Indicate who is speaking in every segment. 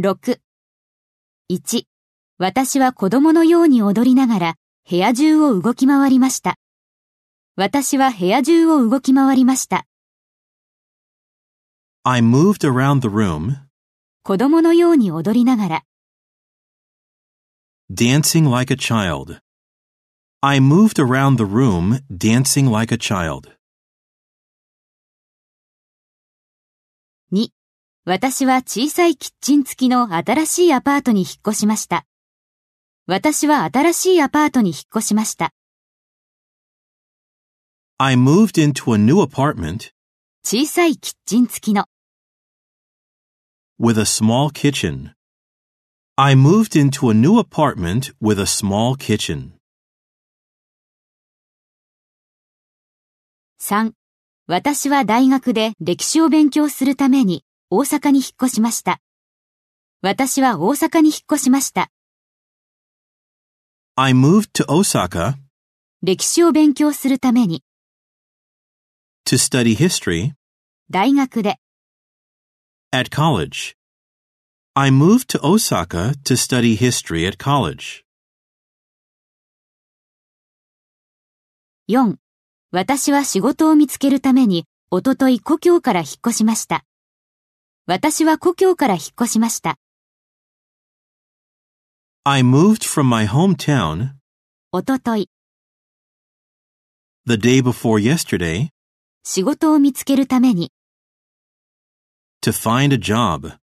Speaker 1: 6。1。私は子供のように踊りながら部屋中を動き回りました。私は部屋中を動き回りました。
Speaker 2: I moved around the room,
Speaker 1: 子供のように踊りながら。
Speaker 2: dancing like a child. I moved around the room, dancing like a child.
Speaker 1: 2. 私は小さいキッチン付きの新しいアパートに引っ越しました。私は新しいアパートに引っ越しました。
Speaker 2: I moved into a new apartment
Speaker 1: 小さいキッチン付きの。
Speaker 2: with a small kitchen. I moved into a new apartment with a small kitchen.
Speaker 1: 3. 私は大学で歴史を勉強するために大阪に引っ越しました。私は大阪に引っ越しました。
Speaker 2: I moved to Osaka
Speaker 1: 歴史を勉強するために
Speaker 2: to study history
Speaker 1: 大学で
Speaker 2: at college. I moved to Osaka to study history at college.
Speaker 1: 4. 私は仕事を見つけるためにおととい故郷から引っ越しました。私は故郷から引っ越しました。
Speaker 2: I moved from my hometown
Speaker 1: おととい
Speaker 2: the day before yesterday
Speaker 1: 仕事を見つけるために
Speaker 2: to find a job.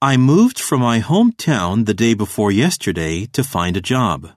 Speaker 2: I moved from my hometown the day before yesterday to find a job.